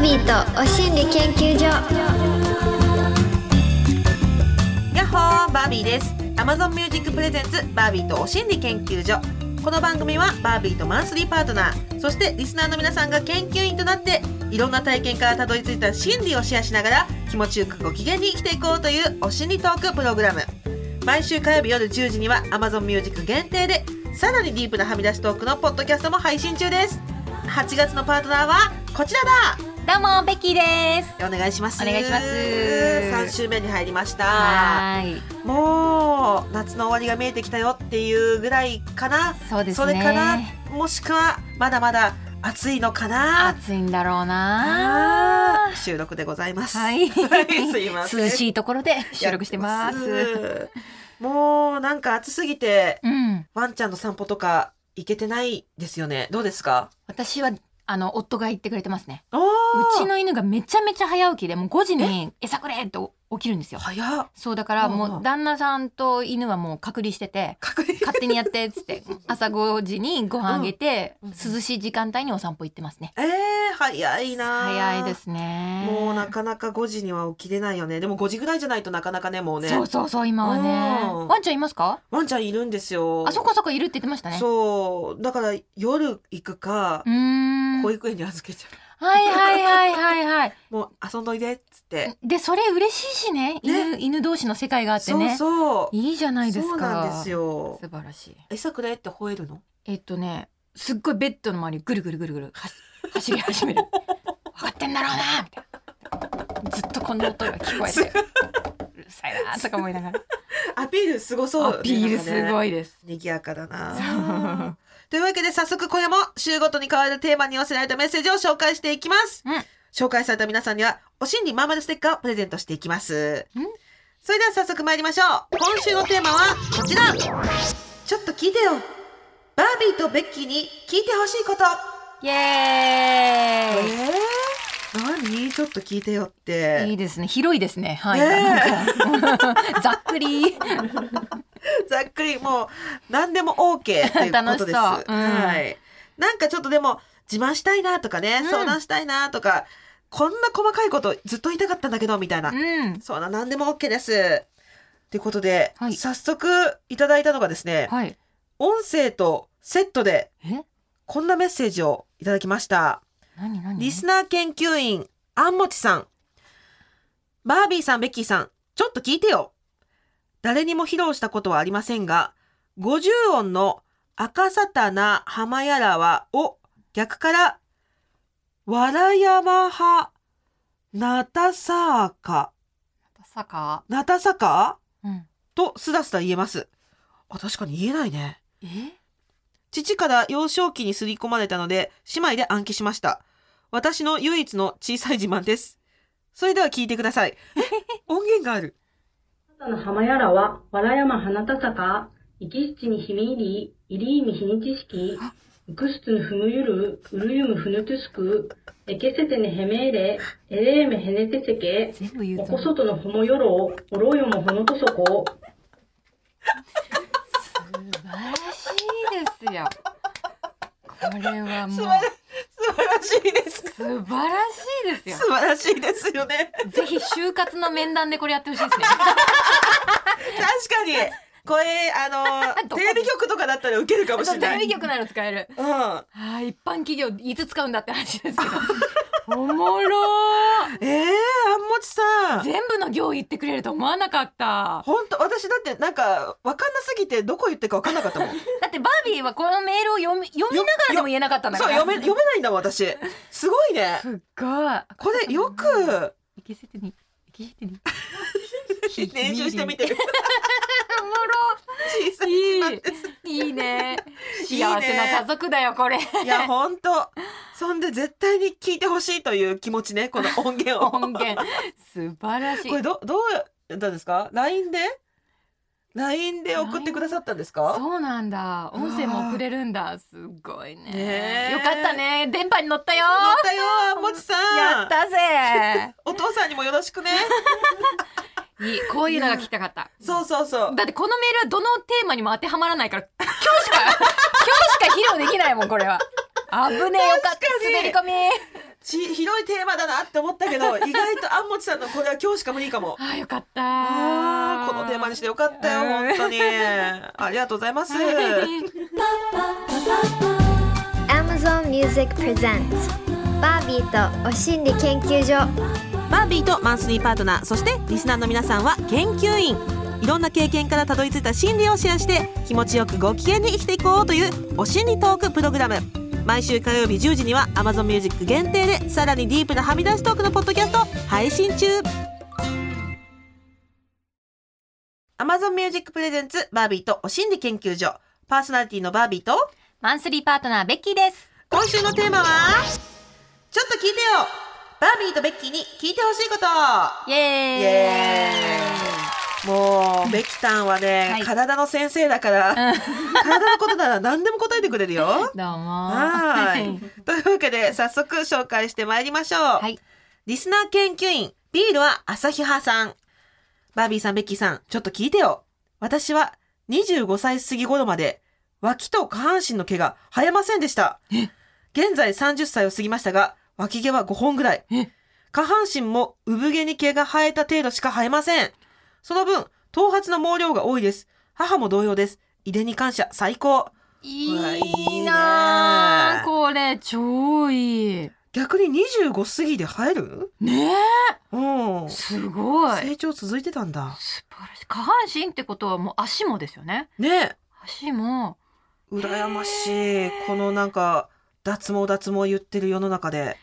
ミーとお心理研究所やっほーバービーです Amazon Music Presents バービーとお心理研究所この番組はバービーとマンスリーパートナーそしてリスナーの皆さんが研究員となっていろんな体験からたどり着いた心理をシェアしながら気持ちよくご機嫌に生きていこうというお心理トークプログラム毎週火曜日夜10時には Amazon Music 限定でさらにディープなはみ出しトークのポッドキャストも配信中です8月のパートナーはこちらだどうもベッキーです。お願いしますお願いします3週目に入りましたはーい、もう夏の終わりが見えてきたよっていうぐらいかなそうですね。それかなもしくはまだまだ暑いのかな暑いんだろうな。あー収録でございますはいすいません涼しいところで収録してまやす。ってますもうなんか暑すぎてうん、ワンちゃんの散歩とか行けてないですよねどうですか私はあの夫が言ってくれてますね。おうーちの犬がめちゃめちゃ早起きで、もう5時に餌くれと起きるんですよ。早っそうだからうんもうんう旦那さんと犬はもう隔離してて。確認勝手にやってっつって朝5時にご飯あげて、うんうん涼しい時間帯にお散歩行ってますね えー、早いな早いですねもうなかなか5時には起きれないよね。でも5時ぐらいじゃないとなかなかね、もうね。そうそうそう今はうんねワンちゃんいますかワンちゃんいるんですよ。あそこそこいるって言ってましたねそう。だから夜行くかう、ーん保はい育園に預けちゃ。はいはいはいはいうもう遊んどいで、っつって。でそれ嬉しいしね犬犬同士の世界があってそうねそう。いいじゃないですかそうなんですよ。素晴らしい餌くれって吠えるのえっとねすっごいベッドの周りぐるぐるぐるぐるは 走り始める分かってんだろうなみたいなずっとこの音が聞こえてうるさいなとか思いながらアピールすごそう、アピールすごい。いです賑やかだなそ。というわけで早速今夜も週ごとに変わるテーマに寄せられたメッセージを紹介していきます。うん紹介された皆さんにはお心理まんまるステッカーをプレゼントしていきます。うんそれでは早速参りましょう。今週のテーマはこちら。ちょっと聞いてよ。バービーとベッキーに聞いてほしいこと。イエーイ何ちょっと聞いてよっいてい。ですね。広いですね。はい。ねなんか ざっくり。ざっくりもう何でも OK ということ 楽しです。そううんはい。なんかちょっとでも自慢したいなとかね、うん相談したいなとか、こんな細かいことずっと言いたかったんだけどみたいな。うん。そうな、何でも OK です。ということで、はい早速いただいたのがですね、はい。音声とセットでえこんなメッセージをいただきました。何何リスナー研究員、あんもちさん。バービーさん、ベッキーさん、ちょっと聞いてよ。誰にも披露したことはありませんが、50音の赤さたなはまやらはを逆から、わらやまはなたさあか、サカ。なたさかうん。とすだすだ言えます。あ、確かに言えないね。え父から幼少期に刷り込まれたので、姉妹で暗記しました。私の唯一の小さい自慢です。それでは聞いてください。え音源がある。たの浜やらは、わらやま花たさか、いきしちにひみいり、いりいみひにちしき、うくしつぬふむゆる、うるゆむふぬつしく、えけせてねへめいれ、えれえめへねてせけ、全部言おう。ことそとのほもよろ、おろうよもほのとそこ、素晴らしいですよ。これはもう素晴ら素晴らしいです。素晴らしいですよ。素晴らしいですよね。ぜひ就活の面談でこれやってほしいですね。確かに。これ、あの、どこテレビ局とかだったら受 けるかもしれテなレい。ビ局なら使える。うん。ああ一般企業いつ使うんだって話ですけど。 おもろー。ええー、あんもちさん。全部の行言ってくれると思わなかった。本当私だってなんか、わかんなすぎてどこ言ってるかわかんなかったもん。だってバービーはこのメールを読み読みながらでも言えなかったんだそかうら。読め読めないんだもん私すごいね すっごい。これよくいけせてに。いけせてに。練習してみてるおもろ小さい自慢ですいいね。いいね幸せな家族だよこれ。いや本当そんで絶対に聞いてほしいという気持ちねこの音源を 音源素晴らしいこ。れどどうやったんですか LINE で LINE で送ってくださったんですかそうなんだ。音声も送れるんだ。すごいね。ねえよかったね。電波に乗ったよ。やったよあんもちさんやったぜ。お父さんにもよろ しくねいいこういうのが聞きたかった。そうそうそうだってこのメールはどのテーマにも当てはまら ないから今日しか今日しか披露できないもんこれは。危ねえよかった確かに滑り込み。ち広いテーマだなって思ったけ ど、意外とあんもちさんのこれは今日しか無理かも。あーよかったあーこのテーマにしてよかったよ、本当に。ありがとうございます。 Amazon Music Presents バービーとお心理研究所バービーとマンスリーパートナーそしてリスナーの皆さんは研究員いろんな経験からたどり着いた心理をシェアして気持ちよくご機嫌に生きていこうというお心理トークプログラム毎週火曜日10時には Amazon Music 限定でさらにディープなはみ出しトークのポッドキャストを配信中 Amazon Music プレゼンツバービーとお心理研究所パーソナリティのバービーと マンスリーパートナーベッキーです今週のテーマはちょっと聞いてよバービーとベッキーに聞いてほしいことイエーイイエもう、ベキタンはね、はい体の先生だから、体のことなら何でも答えてくれるよ。どうもはーい。というわけで、早速紹介してまいりましょう。はいリスナー研究員、ビールは朝日派さん。バービーさん、ベッキーさん、ちょっと聞いてよ。私は25歳過ぎ頃まで、脇と下半身の毛が生えませんでした。現在30歳を過ぎましたが、脇毛は5本ぐらいえ。下半身も産毛に毛が生えた程度しか生えません。その分、頭髪の毛量が多いです。母も同様です。遺伝に感謝、最高。いうわいいいねなあこれ超いい逆に25過ぎで生えるねうんえ。すごい成長続いてたんだ。素晴らしい下半身ってことはもう足もですよねね足もえ。羨ましい。このなんか、脱毛脱毛言ってる世の中で。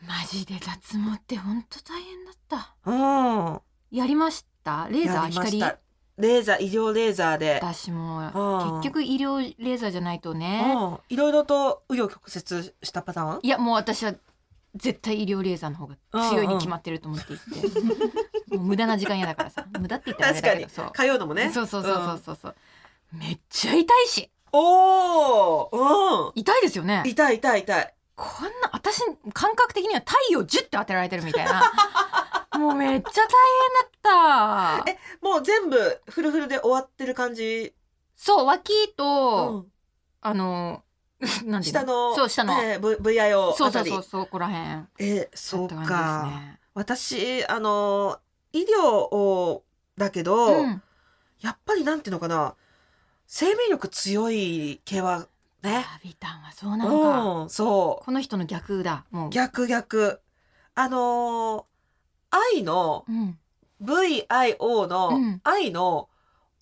マジで脱毛ってほんと大変だったうん。ややりましたレーりザーまし光た。レーザー、医療レーザーで。私うんも結局医療レーザーじゃないとうねん。いろいろと紆余曲折したパターンいやもう私は絶対医療レーザーの方が強いに決まってると思っていて、 もう無駄な時間嫌だからさ無駄って言ったらあれ確だかけに。どそう通うのもね。そうそうそうんそうそうそう、めっちゃ痛いしおーう痛いですよねん。痛い痛い痛い。こんな私感覚的には太陽ジュッて当てられてるみたい なもうめっちゃ大変だったえもう全部フルフルで終わってる感じ。そう脇と、うんあのなんていう下の。そう下の、えー V- VIO そうそあたうり。そうそうここら辺だっえー、たそう感じか。私あの医療をだけですど、ね、うんやっぱりなんていうのかな生命力強い系はねラビタンはそうなのかうんそこの人の逆だもうう逆逆あのー愛のうん、 VIO うのん愛の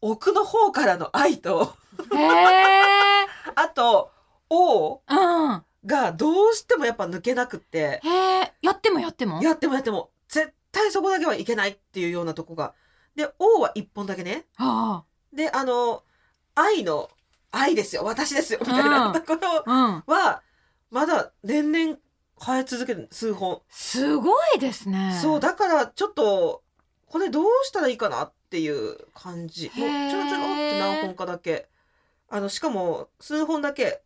奥の方からの愛と へえあと O うんがどうしてもやっぱ抜けなくってへえやってもやってもやってもやっても絶対そこだけはいけないっていうようなとこがで O は一本だけねあであの愛の愛ですよ私ですよみたいなうんとこあろうんはまだ年々生え続ける数本、すごいですねそうだからちょっとこれどうしたらいいかなっていう感じもうへーちょろちょろって何本かだけあのしかも数本だけ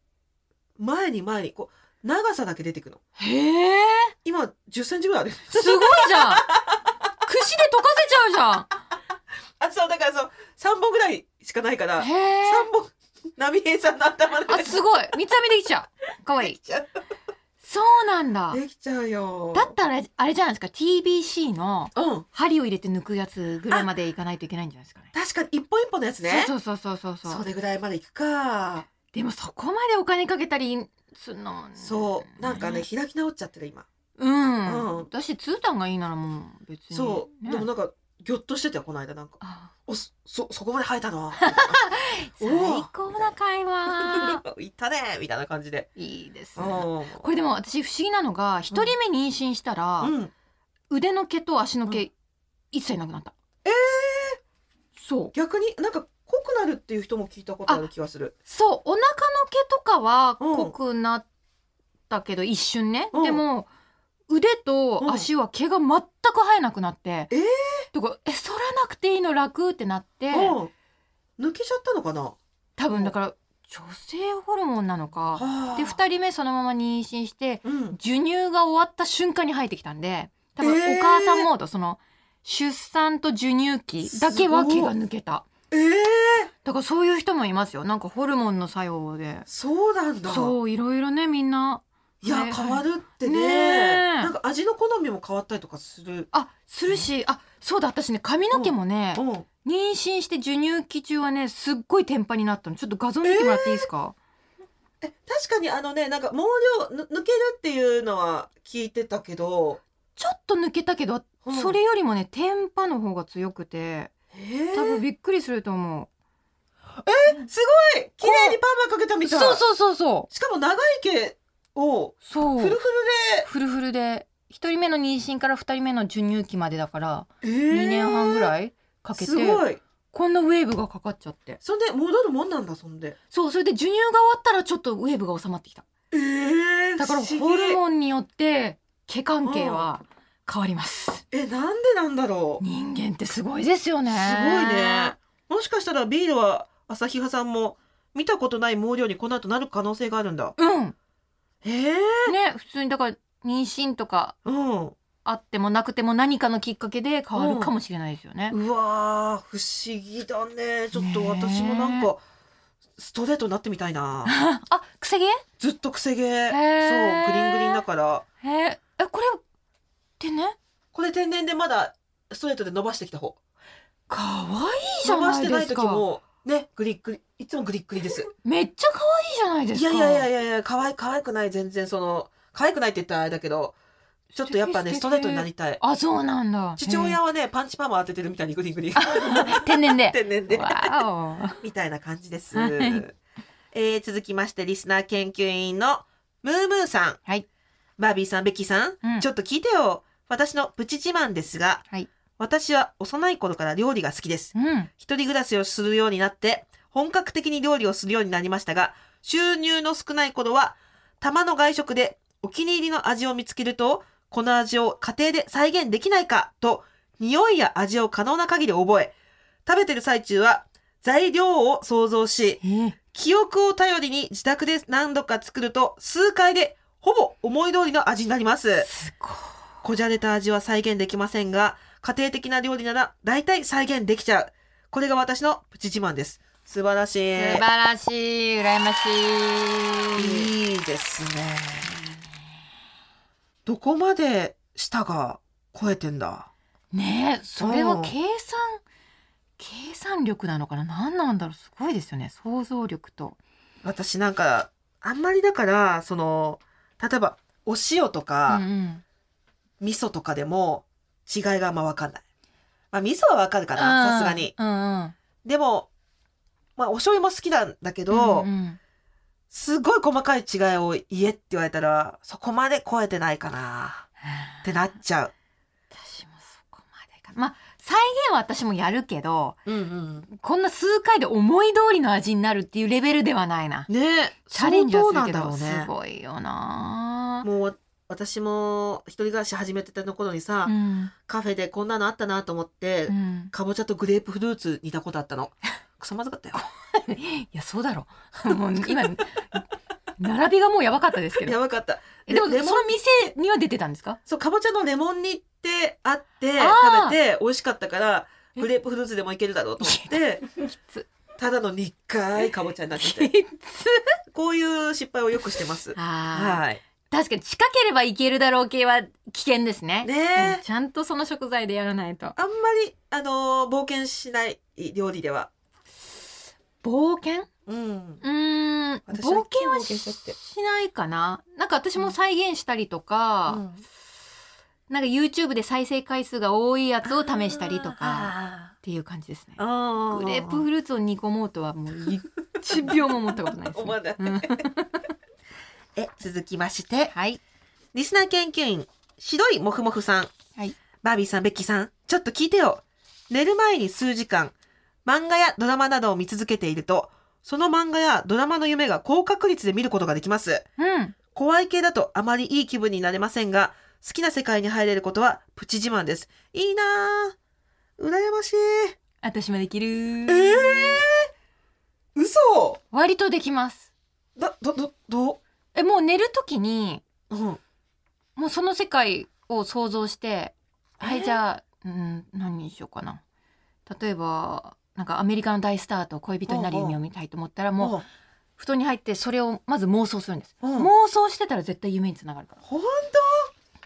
前に前にこう長さだけ出てくのへえ今1 0ンチぐらいあるすごいじゃん 串で溶かせちゃうじ あそうだからそう3本ぐらいしかないかゃらん3へえ本波平さんの頭であすごい三つ編みできちゃうかわいいきちゃうそうなんだできちゃうよだったらあれじゃないですか TBC のうん針を入れて抜くやつぐらいまでいかないといけないんじゃないですかね確かに一本一本のやつね。そうそうそうそうそうそれぐらいまでいくか。でもそこまでお金かけたりすんのもねそう。なんかね、開き直っちゃってる今。うん、うん私ツータンがいいならもう別にそう。ねでもなんか、ぎょっとしてたよ、この間なんか。あお、そ、そそこまで生えた の最高な会 話いったねみたいな感じ で。いいですうねん。うん。これでも私不思議なのが一人目妊娠したら、腕の毛と足の毛、一切なくなったえーそう逆になんか、濃くなるっていう人も聞いたことある気がする。そうお腹の毛とかはうん濃くなったけど、一瞬ね、うんでも腕と足は毛が全く生えなくなって、えーとかえ剃らなくていいの楽ってなって、うん。抜けちゃったのかな多分だから女性ホルモンなのか、はあで2人目そのまま妊娠してうん。授乳が終わった瞬間に生えてきたんで多分えーお母さんモード、その出産と授乳期だけは毛が抜けたええだからそういう人もいますよなんかホルモンの作用でそうなんだ。そういろいろねみんな。いや、ね変わるってねね。味の好みも変わったりとかする。あするしあそうだ私ね髪の毛もねうん。なん妊娠して授乳期中はねすっごい天パになったのちょっと画像見てもらっていいですか、え確かにあのねなんか毛量ぬ抜けるっていうのは聞いてたけど、ちょっと抜けたけど、うんそれよりもね天パの方が強くてえ多分びっくりすると思すごい綺麗にパーマかけたうみたい。そうそうそうそうしかも長い毛をそうフルフルフルフルで一人目の妊娠から二人目の授乳期までだからで、 2二年半ぐいらいかけてすごい。こんなウェーブがかかっちゃってそんで戻るもんなんだそんで。そうそれで授乳が終わったらちょっとウェーブが収まってきたえーだから不思議ホルモンによって毛関係は変わりますえなんでなんだろう。人間ってすごいですよねすごいね。もしかしたらビールは朝日派さんも見たことない毛量にこの後なる可能性があるんだ。うんえー、ね普通にだから妊娠とかうん。あってもなくても何かのきっかけで変わるかもしれないですよね、うわー不思議だねちょっとねえ私もなんかストレートになってみたい なあくせ毛ずっとくせ毛そうーグリングリンだからえー、えこれってねこれ天然でまだストレートで伸ばしてきた方可愛いじゃ伸ばなしいてでないす時かもねグリッグリいつもグリッグリですめっちゃ可愛いじゃないでいすかやいやいやいやいや可愛い可愛くない全然その可愛くないって言ったらあれだけどちょっとやっぱね素敵ストレートになりたいあそうなんだ父親はねパンチパーマ当ててるみたいにグリングリンへー天然で 天然でわーみたいな感じです。はいえー続きまして、リスナー研究員のムームーさん。はいバービーさん、ベッキーさん,、うんちょっと聞いてよ。私のプチ自慢ですが、はい私は幼い頃から料理が好きです。おうん一人暮らしをするようになって、本格的に料理をするようになりましたが、収入の少ない頃は、たまの外食でお気に入りの味を見つけると、この味を家庭で再現できないかと、匂いや味を可能な限り覚え、食べてる最中は材料を想像し、えー記憶を頼りに自宅で何度か作ると、数回でほぼ思い通りの味になります。すごいこじゃれた味は再現できませんが、家庭的な料理なら大体再現できちゃう。これが私のプチ自慢です。素晴らし素い。晴らしい羨ましいいいですね。どこまで舌が超えてんだ。ねえそれうはん計算計算力なのかな何なんだろうすごいですよね想像力と私なんか、あんまりだから、その、例えば、お塩とか、うんうん味噌とかでも違いがあんま分かんない。まあ味噌は分かるかな、さすがに。うんうんでも、まあお醤油も好きなんだけど、うんうんすごい細かい違いを言えって言われたら、そこまで超えてないかなってなっちゃ私もそこまでかなまあ再現は私もやるけどう。うんうん。こんな数回で思い通りの味になるっていうレベルではないなねえ、チャレンジは相する当なんけだろどうすね。ごいよなもう私も一人暮らし始めてたの頃にさ、うんカフェでこんなのあったなと思って、うんかぼちゃとグレープフルーツ煮たこと あったの。くそまずかったよ。いやそうだろうもう今並びがもうやばかったですけどやばかった。えでもそレのモン店には出てたんですかそう、かぼちゃのレモン煮ってあって、あー食べて美味しかったから、えグレープフルーツでもいけるだろうと思って、つただのにっかいかぼちゃになっち ゃって。こういう失敗をよくしてます。あはい。ー確かに近ければいけるだろう系は危険ですねねうんえ。ちゃんとその食材でやらないとあんまり、あのー冒険しない料理では。冒険うん。うーん私冒は険は冒険しちゃってしないかななんか私も再現したりとか、なんか YouTube で再生回数が多いやつを試したりとかっか。ていう感じですねあグーレープフルーツを煮込もうとはもう1秒も思ったことないです、ね、 思わないうんえ、続きまして、はいリスナー研究員、白いもふもふさん。はいバービーさん、ベッキーさん、ちょっと聞いてよ。寝る前に数時間、漫画やドラマなどを見続けていると、その漫画やドラマの夢が高確率で見ることができます。うん怖い系だとあまりいい気分になれませんが、好きな世界に入れることはプチ自慢です。いいなぁ。羨ましい。私もできるえー、嘘割とできますだ、ど、ど、ど、えもう寝る時にうん。もうその世界を想像して、はえいーじゃあ、うん、何にしようかな例えばなんかアメリカの大スターと恋人になる夢を見たいと思ったらもうう、布団に入ってそれをまず妄想するんです、うん妄想してたら絶対夢につながるからほん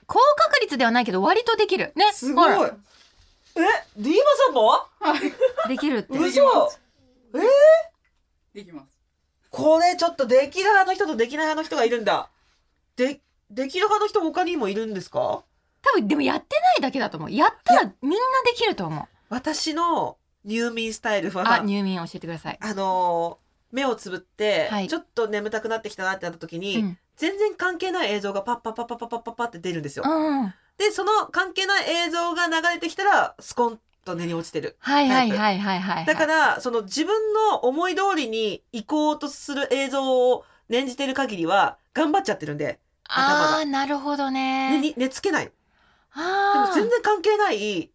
高確率ではないけど割とできる。ね。すごいほら。えディーバさんもできるって。嘘えーできます。これちょっとできる派の人とできない派の人がいるんだ。で、できる派の人他にもいるんですか多分でもやってないだけだと思う。やったらみんなできると思う。私の入眠スタイルは、あ、あ入眠教えてください。のー目をつぶって、はいちょっと眠たくなってきたなってなった時に、うん全然関係ない映像がパッパッパッパッパッパッパッパって出るんですよ。うん。で、その関係ない映像が流れてきたら、スコンと寝に落ちてる。はいはいはいはいはい。だから、その自分の思い通りに行こうとする映像を念じてる限りは、頑張っちゃってるんで、頭あがあ、なるほど寝ね。に寝つけない。あでもあ。全然関係ない、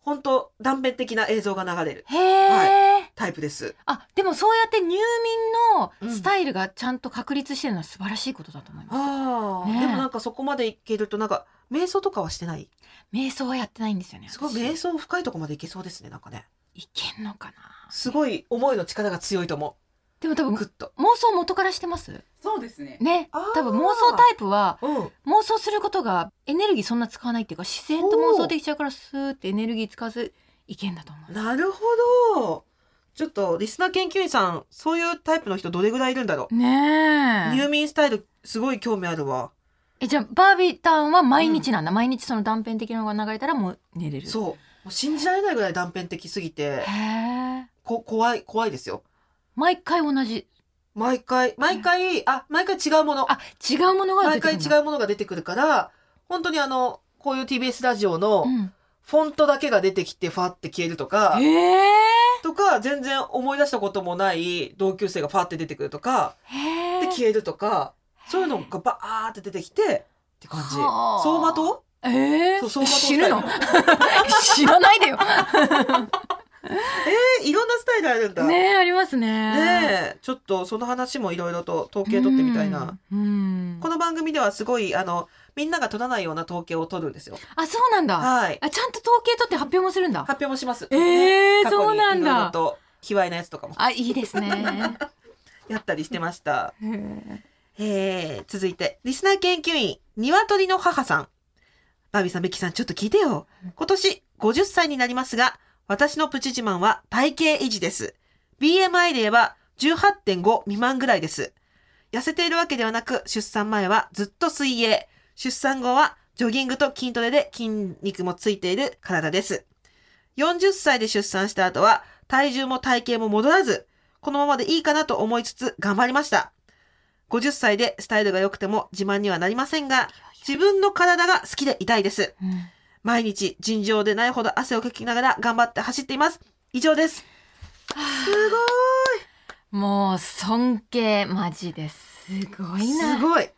本当断片的な映像が流れるへえ、タイプです。あ、でもそうやって入眠のスタイルがちゃんと確立してるのは素晴らしいことだと思います。ああ、ねえでもなんかそこまでいけると、なんか、瞑想とかはしてない瞑想はやってないんですよね。すごい私瞑想深いとこまでいけそうですね、なんかね。いけんのかな。すごい思いの力が強いと思でも多う。分グッと。妄想元からしてますそうですね。ねあー。多分妄想タイプはうん。妄想することがエネルギーそんな使わないっていうか自然と妄想できちゃうからスーってエネルギー使わずいけんだと思う。なるほど。ちょっと、リスナー研究員さん、そういうタイプの人どれぐらいいるんだろう。ね入え。眠スタイル、すごい興味あるわ。えじゃあバービーターンは毎日なんだ、毎日その断片的なのが流れたらもう寝れる。そう。もう信じられないぐらい断片的すぎへて、え。こ、怖い、怖いですよ。毎回同じ。毎回、毎回、あ、毎回違うもの。あ違うものが毎出てく回るんだ。違うものが出てくるから、本当にあの、こういう TBS ラジオのうん。フォントだけが出てきてファって消えるとか、へえ。とか、全然思い出したこともない同級生がファって出てくるとか、へでえ。消えるとか、そういうのがバーって出てきて、って感じ。はあ相馬とえそうー、相馬灯死ぬの 死なないで よ。え、いろんなスタイルあるんだ。ねねえありますね。え、ちょっとその話もいろいろと統計取ってみたいな。。うん。うんこの番組ではすごい、あの、みんなが取らないような統計を取るんですよ。あそうなんだ。はい。あちゃんと統計取って発表もするんだ。発表もします。えー、過去にそうなんいろいろだ。と卑猥なやつとかもあいいです ね。やったりしてました。へーえー、続いて、リスナー研究員、鶏の母さん。バービーさん、ベッキーさん、ちょっと聞いてよ。今年50歳になりますが、私のプチ自慢は体型維持です。BMI で言えば18.5未満ぐらいです。痩せているわけではなく、出産前はずっと水泳。出産後はジョギングと筋トレで筋肉もついている体です。40歳で出産した後は、体重も体型も戻らず、このままでいいかなと思いつつ頑張りました。50歳でスタイルが良くても自慢にはなりませんが、自分の体が好きでいたいです。うん毎日尋常でないほど汗をかきながら頑張って走っています。以上です。すもう尊敬マジですごごいなすごい。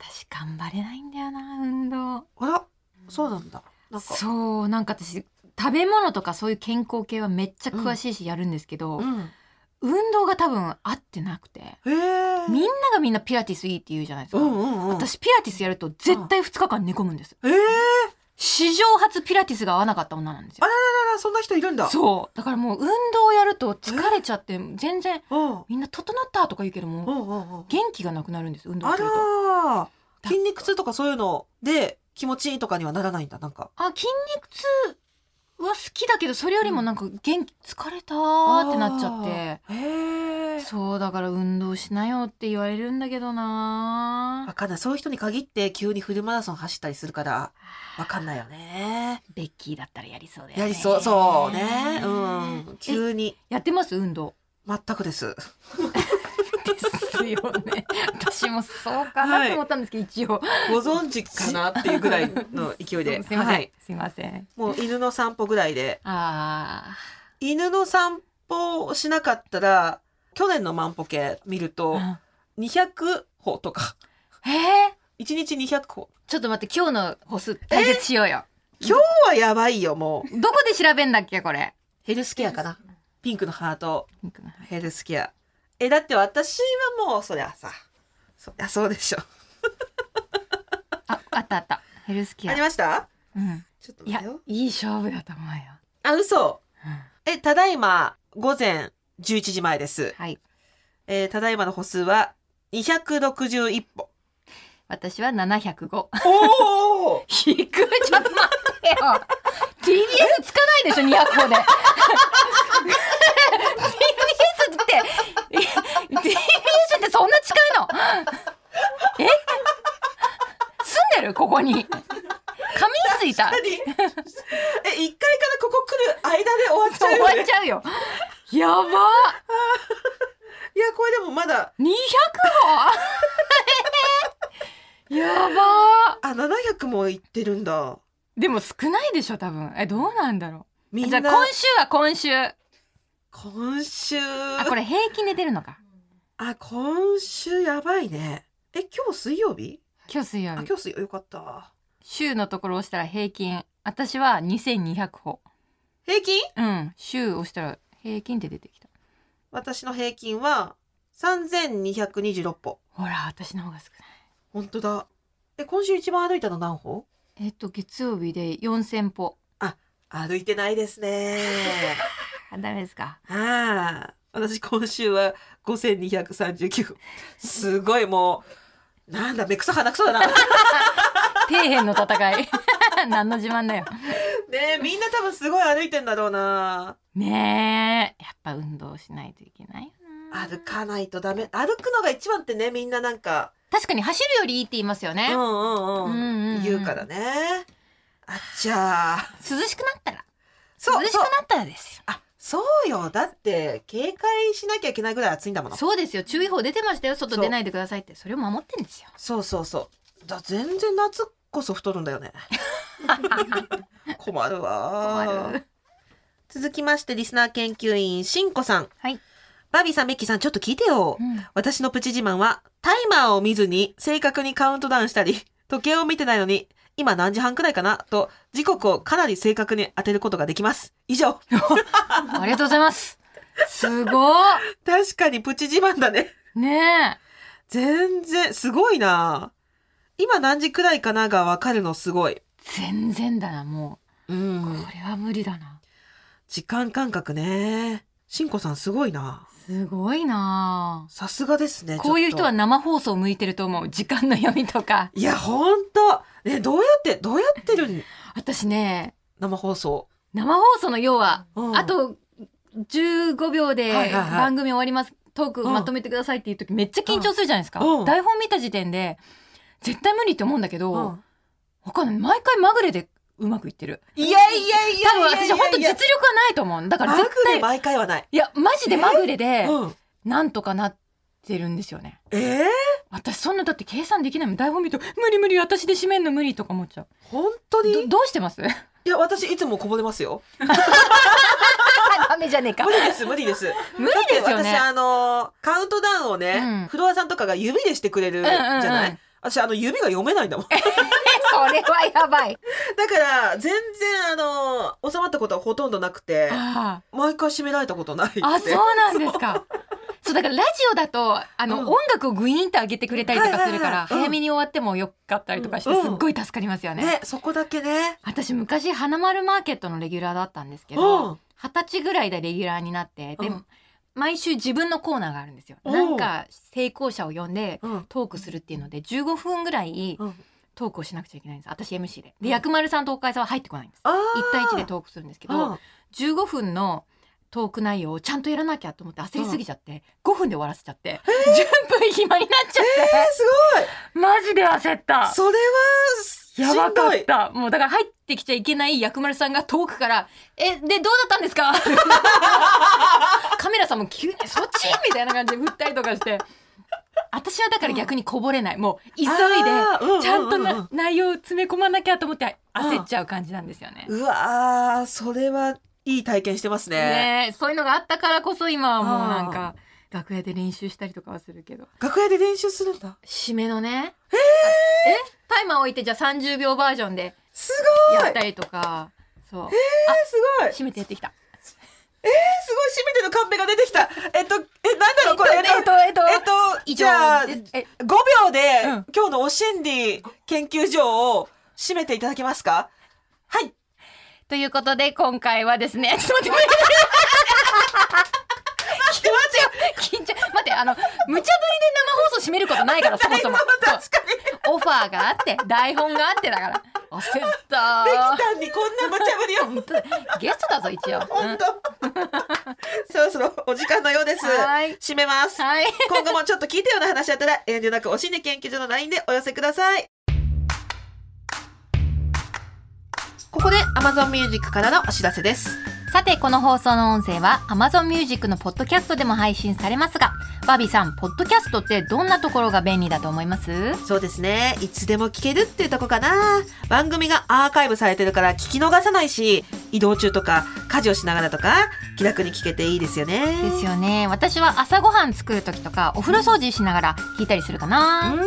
私頑張れないんだよな運動あら、そうなんだ。なんか。そうなんか私食べ物とかそういう健康系はめっちゃ詳しいしやるんですけど、うん。運動が多分合ってなくてへえ。みんながみんなピラティスいいって言うじゃないですうか、んうんうん。私ピラティスやると絶対2日間寝込むんですええー、史上初ピラティスが合わなかった女なんですよあらそんな人いるんだ。そうだからもう運動やると疲れちゃって全然うん。うんみんな整ったとか言うけども、うんうん。元気がなくなるんです運動あするとらー筋肉痛とかそういうので気持ちいいとかにはならないんだ。なんか。あ筋肉痛は好きだけどそれよりもなんか元気疲れたーってなっちゃってあー。へえ。そうだから運動しなよって言われるんだけど わなかんない。そういう人に限って急にフルマラソン走ったりするから、わかんないよね。ーベッキーだったらやりそうだよねやりそう、そうね。うん。え急に。やってます運動全くです。ですよね私もそうかなと思ったんですけど、一応 ご存知かなっていうぐらいの勢 いで。すいません、はい。すいませんもう犬の散歩ぐらいで。あ犬の散歩をしなかったら、去年の万歩計見るーと、あ200歩とか、えー、 1日200歩。ちょっと待って今日の歩数対決しようよ今日はやばいよ、もう。どこで調べんだっけこれヘルスケアかな。ピンクのハート。ヘルスケア。え、だって私はもう、そりゃさ、そりゃそうでしょ。ああったあったヘルスケあアりましたうんちょっとい待っやてよ。、いい勝負だと思うよ。あ、嘘。うんえ、ただいま、午前11時前です。はい。えーただいまの歩数は261歩。私は705。おお低い、ちょっと待ってよ。TBS つかないでしょ、200個で。TBS って、TBS ってそんな近いのえ住んでるここに。仮眠いた。 何 え、一回からここ来る間で終わっちゃう終よ、わっねち。ゃうよ。やばいや、これでもまだ、 !200 個やばあ、700も行ってるんだ。でも少ないでしょ、多分。え、どうなんだろみう。んじゃな、あ今週は今週。今週。あ、これ平均で出るのか。あ、今週やばいね。え、今日水曜日今日水曜あ、日。今日水曜よかった。週のところを押したら平均私は2200歩平均うん週押したら平均って出てきた私の平均は3226歩。ほら私の方が少本当だ。え、今週一番歩いたの何歩ないえっと月曜日で4000歩歩いてないですね。あダメですか ああ。私今週は5239歩。すごいもう、なんだ、目くそ鼻くそだな。 ね底辺の戦 い何の自慢だよえみんな多分すごい歩いてんだろうな。ねえやっぱ運動しないといけないよな歩かないとダメ。歩くのが一番ってね、みんななんか、確かに走るよりいいって言いますようんね、うんうん。ん言うからね。あっちゃー。涼しくなったらそう涼しくそうな。ったらですよあ、そうよ。だって、警戒しなきゃいけないぐらい暑いんだもの。そうですよ注意報出てましたよ外そう出ないでくださいってそれを守ってんですよそうそうそう。だ全然夏こそ太るんだ よね。困るわ困る続きまして、リスナー研究員、しんこさん。はい、バービーさん、メッキーさん、ちょっと聞いてよ。うん私のプチ自慢は、タイマーを見ずに正確にカウントダウンしたり、時計を見てないのに、今何時半くらいかなと、時刻をかなり正確に当てることができます。以上。ありがとうございますすごい確かにプチ自慢だね。ね全然、すごいな今何時くらいかながわかるのすごい。え全然だなもうう、んこ。れは無理だな時間感覚ね。しんこさんすごいな。すごいなさすがですね。あこういう人はちょっ生放送向いてると思う時間の読みとかと。いや、ほんと。ね、どうやって、どうやってるん私ね生放送。生放送の要は、うんあ、と15秒ではいはいはい番組終わります、トークまとめてくださいっていう時めっちゃ緊張するじゃないですか、うん台本見た時点で絶対無理って思うんだけど、うんわかんない毎回まぐれでうまくいってるいやいやいやいやいや多分私本当実力はないと思うだからマグ絶対で毎回はない。いやマジでまぐれでうん。なんとかなってるんですよねえー、私そんなだって計算できないもん台本見ると無理無理私で締めんの無理とか思っちゃう本当にどどうしてますいや、私いつもこぼれますよ。ダメじゃねえか無理です、無理です。無理ですよだってね私、あのーカウントダウンをね、うんフロアさんとかが指でしてくれるじゃなうい、んうんうん私、あの、指が読めないんだもん。それはやばいだから、全然、あのー収まったことはほとんどなくて、あ毎回締められたことないって。あそうなんですかそうだからラジオだとあの、うん音楽をグイーンって上げてくれたりとかするから、はいはいはいうん早めに終わってもよかったりとかして、うんすっごい助かりますよねね、そこだけね。私昔花丸マーケットのレギュラーだったんですけうどん。二十歳ぐらいでレギュラーになってで、うん毎週自分のコーナーがあるんですよ。おうなんか成功者を呼んでうん。トークするっていうので15分ぐらいうんトークをしなくちゃいけないんです私 MC で。うでん薬丸さんと岡井さんは入ってこないんです。あ1対1でとトークするんですけうんど15分のトーク内容をちゃんとやらなきゃと思って焦りすぎちゃって5分で終わらせちゃって10分 暇になっちゃっえー、すごいてマジで焦ったそれは、やばかしっんどい。た。もうだから入ってきちゃいけない薬丸さんが遠くから、え、で、どうだったんですか カメラさんも急にそっちみたいな感じで振ったりとかして。私はだから逆にこぼれない。もう急いで、あーうんうんうんうんちゃんとな内容を詰め込まなきゃと思って焦っちゃう感じなんですよね。うわー、それはいい体験してますね。ねえそういうのがあったからこそ今はもうなんか、楽屋で練習したりとかはするけど。楽屋で練習するんだ。締めのね。ええタイマー置いてじゃあ30秒バージョンですごやいったりとか。そう。えーすごい締めてやってきた。すごい締めてのカンペが出てきた。えっと、え、なんだろう、これ。えっと、えっと、えっと、えっと、じゃあ、以上です5え秒で、うん今日のお心理研究所を締めていただけますかはい。 ということで、今回はですね、ちょっと待って、緊張待ってあの無茶ぶりで生放送締めることないからそもそもそう確かにオファーがあって台本があってだから焦ったできたんにこんな無茶ぶりを本 当だゲストだぞ一応、うん本当 そろそろお時間のようですはい締めますはい今後もちょっと聞いたような話あったら遠慮なくおしんで研究所の LINE でお寄せくださいここで Amazon Music からのお知らせですさてこの放送の音声は Amazon Music のポッドキャストでも配信されますがバービーさんポッドキャストってどんなところが便利だと思いますそうですねいつでも聞けるっていうとこかな番組がアーカイブされてるから聞き逃さないし移動中とか家事をしながらとか気楽に聞けていいですよねですよね私は朝ごはん作る時とかお風呂掃除しながら聞いたりするかうな、ん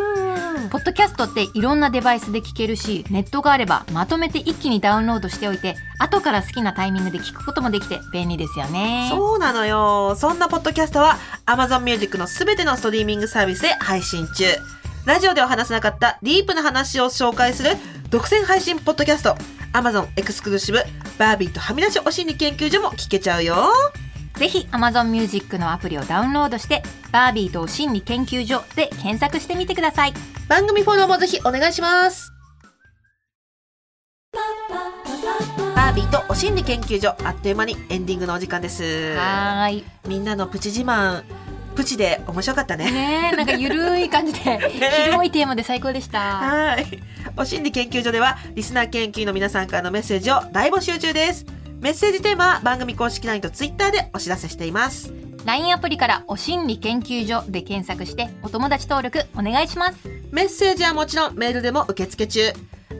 ポッドキャストっていろんなデバイスで聞けるしネットがあればまとめて一気にダウンロードしておいて後から好きなタイミングで聞くこともできて便利ですよねそうなのよそんなポッドキャストは Amazon Music のすべてのストリーミングサービスで配信中ラジオでは話せなかったディープな話を紹介する独占配信ポッドキャスト Amazon エクスクルーシブバービーとはみ出しお心理研究所も聞けちゃうよぜひ Amazon Music のアプリをダウンロードしてバービーと心理研究所で検索してみてください番組フォローもぜひお願いしますバービーとお心理研究所あっという間にエンディングのお時間ですはーいみんなのプチ自慢プチで面白かったねねえなんかゆるい感 じで広いテーマで最高でしたはい。お心理研究所では、リスナー研究員の皆さんからのメッセージを大募集中です。メッセージテーマは番組公式 LINE と Twitter でお知らせしています。 LINE アプリから「お心理研究所」で検索してお友達登録お願いしますメッセージはもちろんメールでも受付中。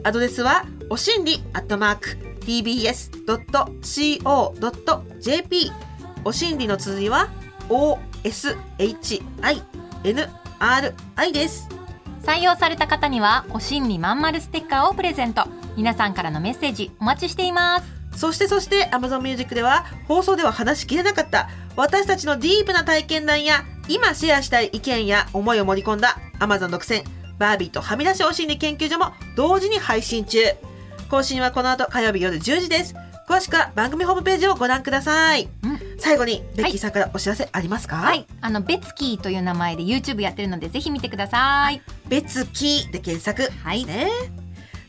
アドレスは、お心理アットマーク tbs.co.jp お心理の綴りは oshinri です。採用された方にはお心理まんまるステッカーをプレゼント皆さんからのメッセージお待ちしていますそしてそして Amazon Music では放送では話しきれなかった私たちのディープな体験談や今シェアしたい意見や思いを盛り込んだ Amazon 独占バービーとはみ出しお心理研究所も同時に配信中更新はこの後火曜日夜10時です詳しくは番組ホームページをご覧ください、うん最後にベッキーさんからお知らせありますか、はいあのベツキーという名前で YouTube やってるのでぜひ見てくださいベツキーで検索はですいね、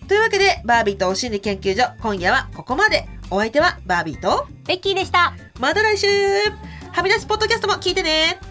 というわけでバービーとお心理研究所今夜はここまでお相手はバービーとベッキーでしたまた来週はみ出しポッドキャストも聞いてね